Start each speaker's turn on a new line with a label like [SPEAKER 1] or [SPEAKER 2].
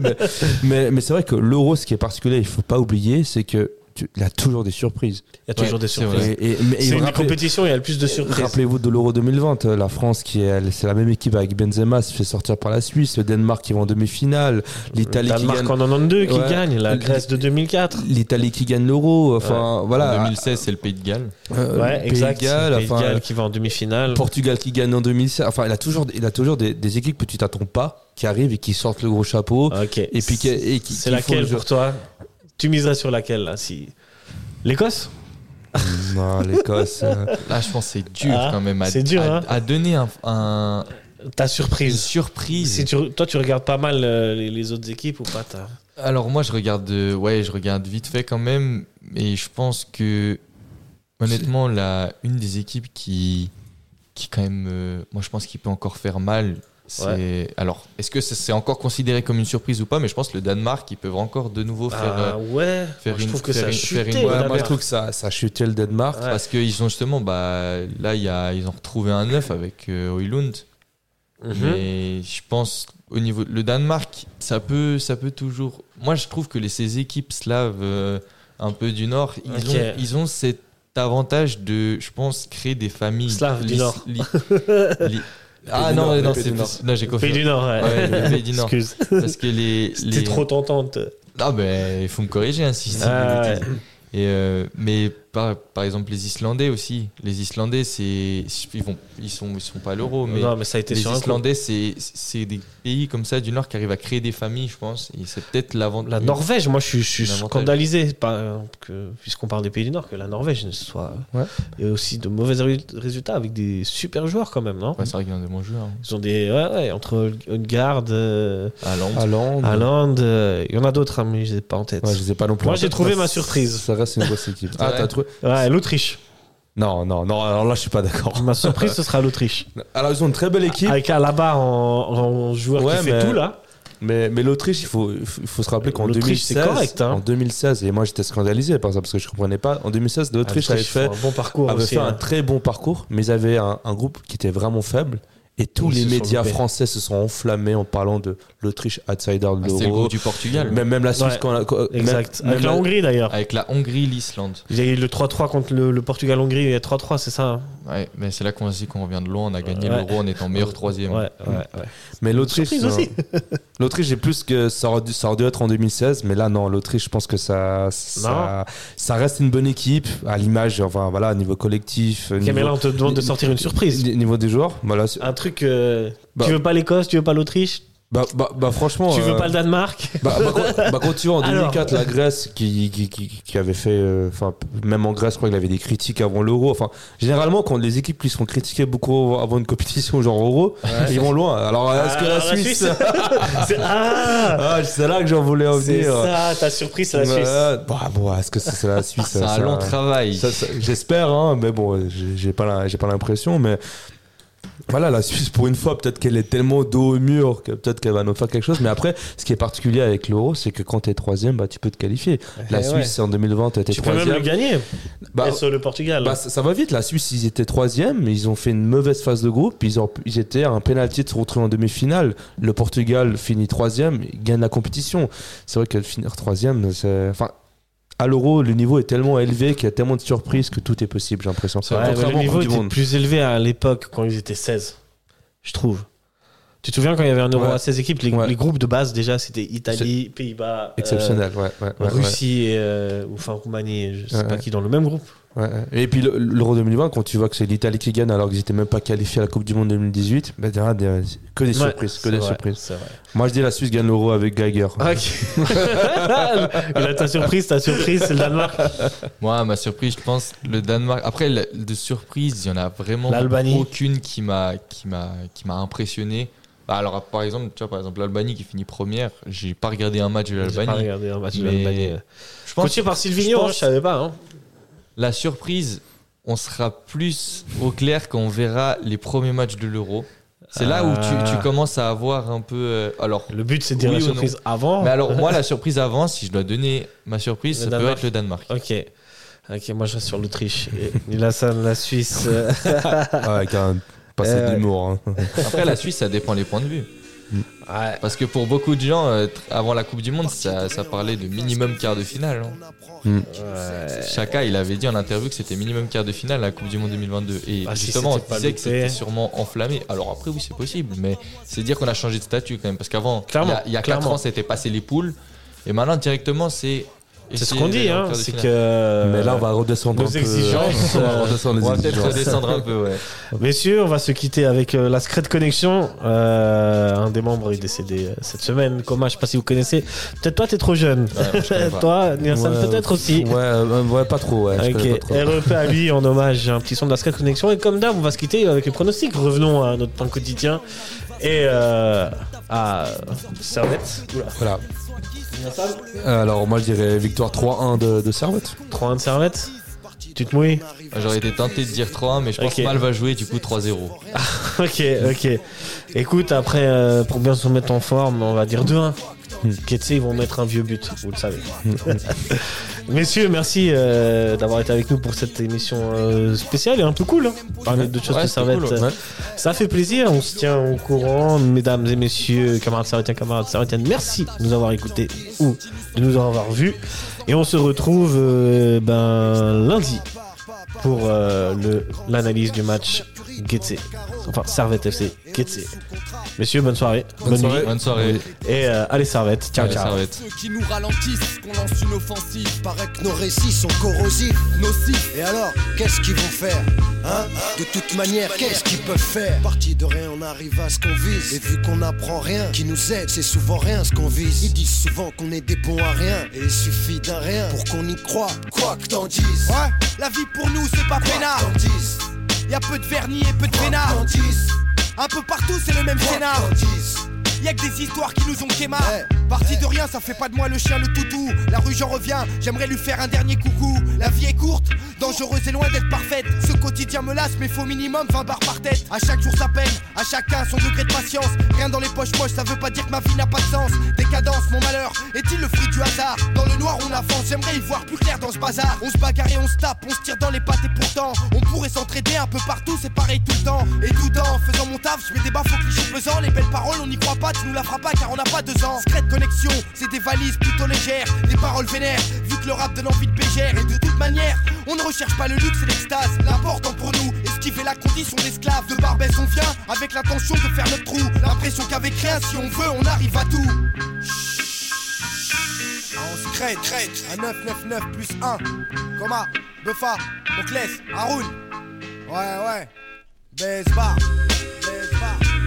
[SPEAKER 1] mais, mais, mais c'est vrai que l'euro, ce qui est particulier, il faut pas oublier, c'est que tu- il y a toujours des surprises.
[SPEAKER 2] Il y a toujours
[SPEAKER 3] Ouais,
[SPEAKER 2] des
[SPEAKER 3] c'est vrai.
[SPEAKER 2] surprises.
[SPEAKER 1] Et- et- mais- et
[SPEAKER 2] C'est une des
[SPEAKER 1] rappelez-
[SPEAKER 2] compétitions où il y a le plus de surprises.
[SPEAKER 1] Rappelez-vous de l'Euro 2020, euh, la France qui est, elle, c'est la même équipe avec Benzema, se fait sortir par la Suisse, le Danemark qui va en demi-finale,
[SPEAKER 2] Le
[SPEAKER 1] l'Italie qui
[SPEAKER 2] Danemark
[SPEAKER 1] gagne.
[SPEAKER 2] en 92 qui
[SPEAKER 1] Ouais.
[SPEAKER 2] gagne, la
[SPEAKER 1] Le-
[SPEAKER 2] Grèce de 2004.
[SPEAKER 1] L'Italie qui gagne l'euro, enfin
[SPEAKER 3] En
[SPEAKER 1] voilà.
[SPEAKER 3] 2016, c'est le pays de Galles.
[SPEAKER 1] Euh,
[SPEAKER 2] Ouais,
[SPEAKER 1] Pays
[SPEAKER 2] exact.
[SPEAKER 1] de Galles,
[SPEAKER 2] Pays de
[SPEAKER 1] enfin,
[SPEAKER 2] Galles qui va en demi-finale.
[SPEAKER 1] Portugal qui gagne en 2016. Enfin, il a toujours, il a toujours des, des équipes que tu t'attends pas, qui arrivent et qui sortent le gros chapeau.
[SPEAKER 2] Ok.
[SPEAKER 1] Et puis, qui- et qui-
[SPEAKER 2] Ah. c'est
[SPEAKER 1] qui font le
[SPEAKER 2] laquelle
[SPEAKER 1] jeu.
[SPEAKER 2] pour toi Tu miserais sur laquelle là si... L'Écosse
[SPEAKER 1] Non, l'Écosse. euh,
[SPEAKER 3] Là, je pense que c'est dur
[SPEAKER 2] Ah,
[SPEAKER 3] quand même à,
[SPEAKER 2] c'est dur,
[SPEAKER 3] à-
[SPEAKER 2] hein.
[SPEAKER 3] à donner un- un-
[SPEAKER 2] Ta
[SPEAKER 3] une
[SPEAKER 2] surprise.
[SPEAKER 3] surprise.
[SPEAKER 2] Si tu- toi, tu regardes pas mal euh, les, les autres équipes ou pas t'as-
[SPEAKER 3] Alors moi je regarde euh, ouais je regarde vite fait quand même et je pense que honnêtement la une des équipes qui qui quand même euh, moi je pense qu'il peut encore faire mal c'est alors est-ce que ça- c'est encore considéré comme une surprise ou pas mais je pense que le Danemark ils peuvent encore de nouveau faire
[SPEAKER 2] Ah
[SPEAKER 3] euh,
[SPEAKER 2] ouais,
[SPEAKER 3] faire
[SPEAKER 2] je
[SPEAKER 3] une-
[SPEAKER 2] trouve que
[SPEAKER 3] faire
[SPEAKER 2] ça a
[SPEAKER 3] une- faire
[SPEAKER 2] chuté. le
[SPEAKER 3] une-
[SPEAKER 1] ouais, moi,
[SPEAKER 2] Danemark.
[SPEAKER 1] je trouve que ah, ça, ça a chuté le Danemark.
[SPEAKER 2] Ouais.
[SPEAKER 3] parce qu'ils ont justement bah là il y a- ils ont retrouvé un neuf avec euh, Højlund.
[SPEAKER 2] Mhm.
[SPEAKER 3] Mais je pense au niveau le Danemark, ça peut, ça peut toujours. Moi, je trouve que les, ces équipes slaves euh, un peu du Nord, ils,
[SPEAKER 2] Ok.
[SPEAKER 3] ont, ils ont cet avantage de, je pense, créer des familles
[SPEAKER 2] Slaves du
[SPEAKER 3] lis-
[SPEAKER 2] Nord.
[SPEAKER 3] li- li- ah
[SPEAKER 1] du
[SPEAKER 3] non,
[SPEAKER 1] Nord,
[SPEAKER 3] non,
[SPEAKER 1] les pays
[SPEAKER 3] c'est
[SPEAKER 1] du Nord.
[SPEAKER 3] plus- non, j'ai
[SPEAKER 2] Pays
[SPEAKER 3] confondu.
[SPEAKER 2] du Nord, ouais.
[SPEAKER 3] Ouais, le pays du Nord.
[SPEAKER 2] Excuse.
[SPEAKER 3] Parce que les,
[SPEAKER 2] C'était
[SPEAKER 3] les-
[SPEAKER 2] trop tentante.
[SPEAKER 3] ah ben, il faut me corriger hein, si- si
[SPEAKER 2] Ah,
[SPEAKER 3] vous
[SPEAKER 2] ouais.
[SPEAKER 3] dites. Et euh, mais par, par exemple les Islandais aussi. Les Islandais, c'est ils vont, ils sont, ils sont pas à l'euro, mais
[SPEAKER 2] non, mais ça a été
[SPEAKER 3] les
[SPEAKER 2] sur un coup.
[SPEAKER 3] Islandais, c'est c'est des pays comme ça du Nord qui arrivent à créer des familles, je pense. Et c'est peut-être l'avant.
[SPEAKER 2] La Norvège, moi je suis, je suis
[SPEAKER 3] Un avantage.
[SPEAKER 2] scandalisé, par- euh, que- puisqu'on parle des pays du Nord, que la Norvège ne soit.
[SPEAKER 1] Ouais.
[SPEAKER 2] Et aussi de mauvais ré- résultats avec des super joueurs quand même, non
[SPEAKER 3] Ouais, c'est vrai qu'ils ont des bons joueurs.
[SPEAKER 2] Ils ont des. Ouais, ouais, entre Ungaard, euh,
[SPEAKER 3] À Londres.
[SPEAKER 1] Hollande.
[SPEAKER 2] Haaland, euh, il y en a d'autres, hein, mais je les ai pas en tête.
[SPEAKER 1] Ouais, je les ai pas non plus.
[SPEAKER 2] Moi,
[SPEAKER 1] en
[SPEAKER 2] j'ai
[SPEAKER 1] tête,
[SPEAKER 2] trouvé
[SPEAKER 1] mais
[SPEAKER 2] ma surprise.
[SPEAKER 1] Ça reste une grosse équipe.
[SPEAKER 3] C'est
[SPEAKER 1] Ah,
[SPEAKER 3] vrai.
[SPEAKER 1] t'as trouvé
[SPEAKER 2] Ouais, l'Autriche.
[SPEAKER 1] Non, non, non. Alors là, je suis pas d'accord.
[SPEAKER 2] Ma surprise, ce sera l'Autriche.
[SPEAKER 1] Alors ils ont une très belle équipe,
[SPEAKER 2] Avec Alaba en, en joueur
[SPEAKER 1] Ouais,
[SPEAKER 2] qui fait
[SPEAKER 1] mais-
[SPEAKER 2] tout là.
[SPEAKER 1] mais, mais l'Autriche, il faut, il faut se rappeler qu'en
[SPEAKER 2] L'Autriche, c'est
[SPEAKER 1] 2016,
[SPEAKER 2] correct, hein.
[SPEAKER 1] en 2016, et moi j'étais scandalisé par ça parce que je comprenais pas. En 2016, l'Autriche avait fait,
[SPEAKER 2] font un bon parcours
[SPEAKER 1] avait
[SPEAKER 2] aussi.
[SPEAKER 1] fait un
[SPEAKER 2] hein.
[SPEAKER 1] très bon parcours, mais ils avaient un, un groupe qui était vraiment faible. Et tous
[SPEAKER 2] Ils
[SPEAKER 1] les
[SPEAKER 2] se sont
[SPEAKER 1] médias
[SPEAKER 2] loupés.
[SPEAKER 1] français se sont enflammés en parlant de l'Autriche outsider de
[SPEAKER 3] Ah, C'était le
[SPEAKER 1] l'Euro.
[SPEAKER 3] groupe du Portugal.
[SPEAKER 1] Même, même la Suisse,
[SPEAKER 2] Ouais,
[SPEAKER 1] quand, la- quand-
[SPEAKER 2] Exact.
[SPEAKER 1] même-
[SPEAKER 2] Avec la
[SPEAKER 1] même-
[SPEAKER 2] Hongrie d'ailleurs.
[SPEAKER 3] Avec la Hongrie, l'Islande.
[SPEAKER 2] Il y a eu le 3-3 contre le, le Portugal-Hongrie, il y a 3-3, c'est ça hein
[SPEAKER 3] Ouais, mais c'est là qu'on se dit qu'on revient de loin. On a gagné
[SPEAKER 2] Ouais.
[SPEAKER 3] l'euro en étant meilleur troisième.
[SPEAKER 2] Ouais, ouais, ouais.
[SPEAKER 1] Mais l'Autriche,
[SPEAKER 2] Surprise aussi.
[SPEAKER 1] L'Autriche, j'ai plus que ça aurait, dû, ça aurait dû être en 2016, mais là, non, l'Autriche, je pense que ça, ça, ça reste une bonne équipe, à l'image, enfin, voilà, niveau collectif, euh,
[SPEAKER 2] Ok, mais là,
[SPEAKER 1] niveau,
[SPEAKER 2] on te demande de sortir une surprise.
[SPEAKER 1] niveau des joueurs. Bah, là, c'est-
[SPEAKER 2] Un truc. euh,
[SPEAKER 1] Bah.
[SPEAKER 2] Tu veux pas l'Écosse, tu veux pas l'Autriche,
[SPEAKER 1] bah, bah, bah, franchement.
[SPEAKER 2] tu veux
[SPEAKER 1] euh,
[SPEAKER 2] pas le Danemark
[SPEAKER 1] bah, bah, quand- bah, quand tu vois, en
[SPEAKER 2] Alors.
[SPEAKER 1] 2004, la Grèce qui, qui, qui, qui avait fait. euh, Enfin, même en Grèce, je crois qu'il avait des critiques avant l'Euro. Enfin, généralement, quand les équipes qui sont critiquées beaucoup avant une compétition, genre Euro, ils vont loin. Alors, est-ce que
[SPEAKER 2] Ah,
[SPEAKER 1] la,
[SPEAKER 2] alors,
[SPEAKER 1] Suisse.
[SPEAKER 2] c'est ah,
[SPEAKER 1] Ah, c'est là que j'en voulais en
[SPEAKER 2] C'est
[SPEAKER 1] venir.
[SPEAKER 2] ça, ta surprise, c'est la Suisse.
[SPEAKER 1] Ouais, bah, bon, est-ce que c'est c'est la Suisse
[SPEAKER 3] C'est un
[SPEAKER 1] ça-
[SPEAKER 3] long travail.
[SPEAKER 1] ça- ça- J'espère, hein, mais bon, j'ai j'ai pas la- j'ai pas l'impression, mais voilà, la Suisse, pour une fois, peut-être qu'elle est tellement dos au mur que peut-être qu'elle va nous faire quelque chose. Mais après, ce qui est particulier avec l'Euro, c'est que quand t'es troisième, bah, tu peux te qualifier. La
[SPEAKER 2] Eh ouais.
[SPEAKER 1] Suisse, en 2020, t'étais
[SPEAKER 2] Tu peux même le
[SPEAKER 1] troisième.
[SPEAKER 2] gagner.
[SPEAKER 1] Bah,
[SPEAKER 2] Et sur le Portugal.
[SPEAKER 1] bah, ça, ça va vite. La Suisse, ils étaient troisième, mais ils ont fait une mauvaise phase de groupe. Ils, ont, ils étaient à un pénalty de se retrouver en demi-finale. Le Portugal finit troisième, il gagne la compétition. C'est vrai que de finir troisième, c'est. Enfin, à l'Euro, le niveau est tellement élevé qu'il y a tellement de surprises que tout est possible, j'ai l'impression.
[SPEAKER 3] C'est
[SPEAKER 2] Ouais, mais le
[SPEAKER 1] Contrairement
[SPEAKER 2] niveau
[SPEAKER 1] à la Coupe
[SPEAKER 2] était
[SPEAKER 1] du monde.
[SPEAKER 2] plus élevé à l'époque quand ils étaient 16, je trouve. Tu te souviens quand il y avait un euro
[SPEAKER 1] Ouais.
[SPEAKER 2] à 16 équipes, les,
[SPEAKER 1] Ouais.
[SPEAKER 2] les groupes de base déjà c'était Italie, Pays-Bas, euh,
[SPEAKER 1] Exceptionnel, ouais, ouais, ouais, ouais.
[SPEAKER 2] Russie et, euh, ou enfin Roumanie, je sais
[SPEAKER 1] Ouais,
[SPEAKER 2] pas
[SPEAKER 1] ouais.
[SPEAKER 2] qui dans le même groupe.
[SPEAKER 1] Ouais, ouais. Et puis le- l'Euro 2020, quand tu vois que c'est l'Italie qui gagne alors qu'ils n'étaient même pas qualifiés à la Coupe du Monde 2018, bah, derrière, des- que des
[SPEAKER 2] Ouais,
[SPEAKER 1] surprises, que
[SPEAKER 2] c'est
[SPEAKER 1] des
[SPEAKER 2] vrai,
[SPEAKER 1] surprises.
[SPEAKER 2] C'est vrai.
[SPEAKER 1] Moi je dis la Suisse gagne l'Euro avec Geiger.
[SPEAKER 2] Et là, ta surprise, ta surprise, c'est le Danemark,
[SPEAKER 3] Moi, ma surprise, je pense, le Danemark. Après, la- de surprise, il y en a vraiment
[SPEAKER 2] L'Albanie.
[SPEAKER 3] aucune qui m'a qui m'a qui m'a impressionné. Bah, alors, par exemple, tu vois, par exemple, l'Albanie qui finit première. J'ai pas regardé un match de
[SPEAKER 2] J'ai pas
[SPEAKER 3] l'Albanie.
[SPEAKER 2] regardé un match de
[SPEAKER 3] Mais-
[SPEAKER 2] l'Albanie.
[SPEAKER 3] Je pense
[SPEAKER 2] Coaché par Silvigno,
[SPEAKER 3] je
[SPEAKER 2] hein, je,
[SPEAKER 3] pense-
[SPEAKER 2] savais pas. hein.
[SPEAKER 3] la surprise, on sera plus au clair quand on verra les premiers matchs de l'Euro. C'est là où tu,
[SPEAKER 2] Ah.
[SPEAKER 3] tu commences à avoir un peu. euh, alors,
[SPEAKER 2] Le but c'est de dire
[SPEAKER 3] Oui
[SPEAKER 2] la
[SPEAKER 3] ou non
[SPEAKER 2] surprise avant.
[SPEAKER 3] mais alors moi, la surprise avant, si je dois donner ma surprise,
[SPEAKER 2] Le
[SPEAKER 3] ça peut
[SPEAKER 2] Danemark.
[SPEAKER 3] être le Danemark.
[SPEAKER 2] Ok. Ok, moi je reste sur l'Autriche. Et Nilassan, la Suisse. euh,
[SPEAKER 1] Ah, avec un passé
[SPEAKER 2] Euh,
[SPEAKER 1] d'humour. hein.
[SPEAKER 3] Après, la Suisse, ça dépend les points de vue.
[SPEAKER 2] Ouais.
[SPEAKER 3] Parce que pour beaucoup de gens, euh, tr- avant la Coupe du Monde, ça, ça parlait de minimum quart de finale. hein.
[SPEAKER 2] Ouais.
[SPEAKER 3] Chaka, il avait dit en interview que c'était minimum quart de finale la Coupe du Monde 2022. Et
[SPEAKER 2] Bah, si
[SPEAKER 3] justement,
[SPEAKER 2] c'était
[SPEAKER 3] on
[SPEAKER 2] pas
[SPEAKER 3] disait que
[SPEAKER 2] loupé.
[SPEAKER 3] c'était sûrement enflammé. Alors après, oui, c'est possible, mais c'est dire qu'on a changé de statut quand même. Parce qu'avant, il y
[SPEAKER 2] Clairement,
[SPEAKER 3] a- il y a 4
[SPEAKER 2] clairement.
[SPEAKER 3] ans, c'était passer les poules. Et maintenant, directement, c'est.
[SPEAKER 2] C'est ce
[SPEAKER 3] essayer
[SPEAKER 2] qu'on dit,
[SPEAKER 3] d'aller en
[SPEAKER 2] hein.
[SPEAKER 3] quart de
[SPEAKER 2] C'est
[SPEAKER 3] finale.
[SPEAKER 2] que.
[SPEAKER 1] Mais là, on va redescendre
[SPEAKER 2] nos
[SPEAKER 1] un peu.
[SPEAKER 2] exigences,
[SPEAKER 1] on va
[SPEAKER 2] euh,
[SPEAKER 1] redescendre les
[SPEAKER 3] On va peut-être
[SPEAKER 1] exigences.
[SPEAKER 3] redescendre un peu, ouais.
[SPEAKER 2] Messieurs, on va se quitter avec euh, la Secret Connection. Euh, un des membres est décédé euh, cette semaine. Coma, je sais pas si vous connaissez. Peut-être toi, t'es trop jeune.
[SPEAKER 3] Ouais, je connais pas.
[SPEAKER 2] toi, Nielsen,
[SPEAKER 1] euh, Ouais,
[SPEAKER 2] peut-être aussi.
[SPEAKER 1] Ouais, euh, ouais, pas trop. Ouais, je
[SPEAKER 2] Ok, E
[SPEAKER 1] connais pas trop.
[SPEAKER 2] REP à lui en hommage, un petit son de la Secret Connection. Et comme d'hab, on va se quitter avec les pronostics. Revenons à notre pain quotidien et euh, à Servette. Oula,
[SPEAKER 1] Voilà. Euh, Alors, moi, je dirais victoire 3-1 de, de Servette.
[SPEAKER 2] 3-1 de Servette. Tu te mouilles
[SPEAKER 3] J'aurais été tenté de dire 3-1, mais je pense
[SPEAKER 2] Ok.
[SPEAKER 3] que Mal va jouer, du coup 3-0.
[SPEAKER 2] Ok, ok. Écoute, après, euh, pour bien se mettre en forme, on va dire 2-1. Ketse, ils vont mettre un vieux but, vous le savez. Messieurs, merci euh, d'avoir été avec nous pour cette émission euh, spéciale et un peu cool. Hein. Parler de choses
[SPEAKER 3] Ouais,
[SPEAKER 2] de
[SPEAKER 3] c'était
[SPEAKER 2] Servette.
[SPEAKER 3] cool, ouais.
[SPEAKER 2] euh, Ça fait plaisir, on se tient au courant. Mesdames et messieurs, camarades servetiens, camarades servetiennes, merci de nous avoir écoutés ou de nous avoir vus. Et on se retrouve euh, ben, lundi pour euh, le- l'analyse du match Getse. Enfin, Servette FC Getse. Messieurs, bonne soirée. Bonne,
[SPEAKER 1] soirée.
[SPEAKER 2] nuit.
[SPEAKER 3] Bonne soirée.
[SPEAKER 2] Et euh, allez, Servette. Ciao,
[SPEAKER 3] Allez,
[SPEAKER 2] ciao.
[SPEAKER 3] Servette.
[SPEAKER 4] Ceux qui nous ralentissent, qu'on lance une offensive. Paraît que nos récits sont corrosifs, nocifs. Et alors, qu'est-ce qu'ils vont faire Hein De toute manière, qu'est-ce qu'ils peuvent faire Parti de rien, on arrive à ce qu'on vise. Et vu qu'on n'apprend rien, qui nous aide, c'est souvent rien ce qu'on vise. Ils disent souvent qu'on est des bons à rien. Et il suffit d'un rien pour qu'on y croit. Quoi que t'en dises.
[SPEAKER 5] Ouais, la vie pour nous c'est pas
[SPEAKER 4] Quoi
[SPEAKER 5] peinard.
[SPEAKER 4] que t'en dises.
[SPEAKER 5] Y a peu de vernis et peu de
[SPEAKER 4] Quoi que
[SPEAKER 5] peinards.
[SPEAKER 4] t'en dises.
[SPEAKER 5] Un peu partout c'est le même
[SPEAKER 4] Quoi que
[SPEAKER 5] scénar.
[SPEAKER 4] t'en dises.
[SPEAKER 5] Y a que des histoires qui nous ont quémarre.
[SPEAKER 4] Ouais.
[SPEAKER 5] Parti
[SPEAKER 4] Ouais.
[SPEAKER 5] de rien, ça fait pas de moi le chien, le toutou. La rue, j'en reviens, j'aimerais lui faire un dernier coucou. La vie est courte, dangereuse et loin d'être parfaite. Ce quotidien me lasse, mais faut minimum 20 barres par tête. À chaque jour sa peine, à chacun son degré de patience. Rien dans les poches poches, ça veut pas dire que ma vie n'a pas de sens. Décadence, mon malheur, est-il le fruit du hasard Dans le noir, on avance, j'aimerais y voir plus clair dans ce bazar. On se bagarre et on se tape, on se tire dans les pattes et pourtant, on pourrait s'entraider un peu partout, c'est pareil tout le temps. Et tout en faisant mon taf, je mets des baffes aux clichés pesants. Les belles paroles, on n'y croit pas, tu nous la feras pas car on n'a pas deux ans. Secret connexion, c'est des valises plutôt légères, des paroles vénères, vu que le rap donne envie de bégère. Et de toute manière, on ne recherche pas le luxe et l'extase. L'important pour nous, esquiver la condition d'esclave. De Barbès, on vient avec l'intention de faire notre trou. L'impression qu'avec rien, si on veut, on arrive à tout. En secret, un 999 plus 1, Coma, Buffa, Mocles, Haroun. Ouais, ouais, Besbar, Besbar.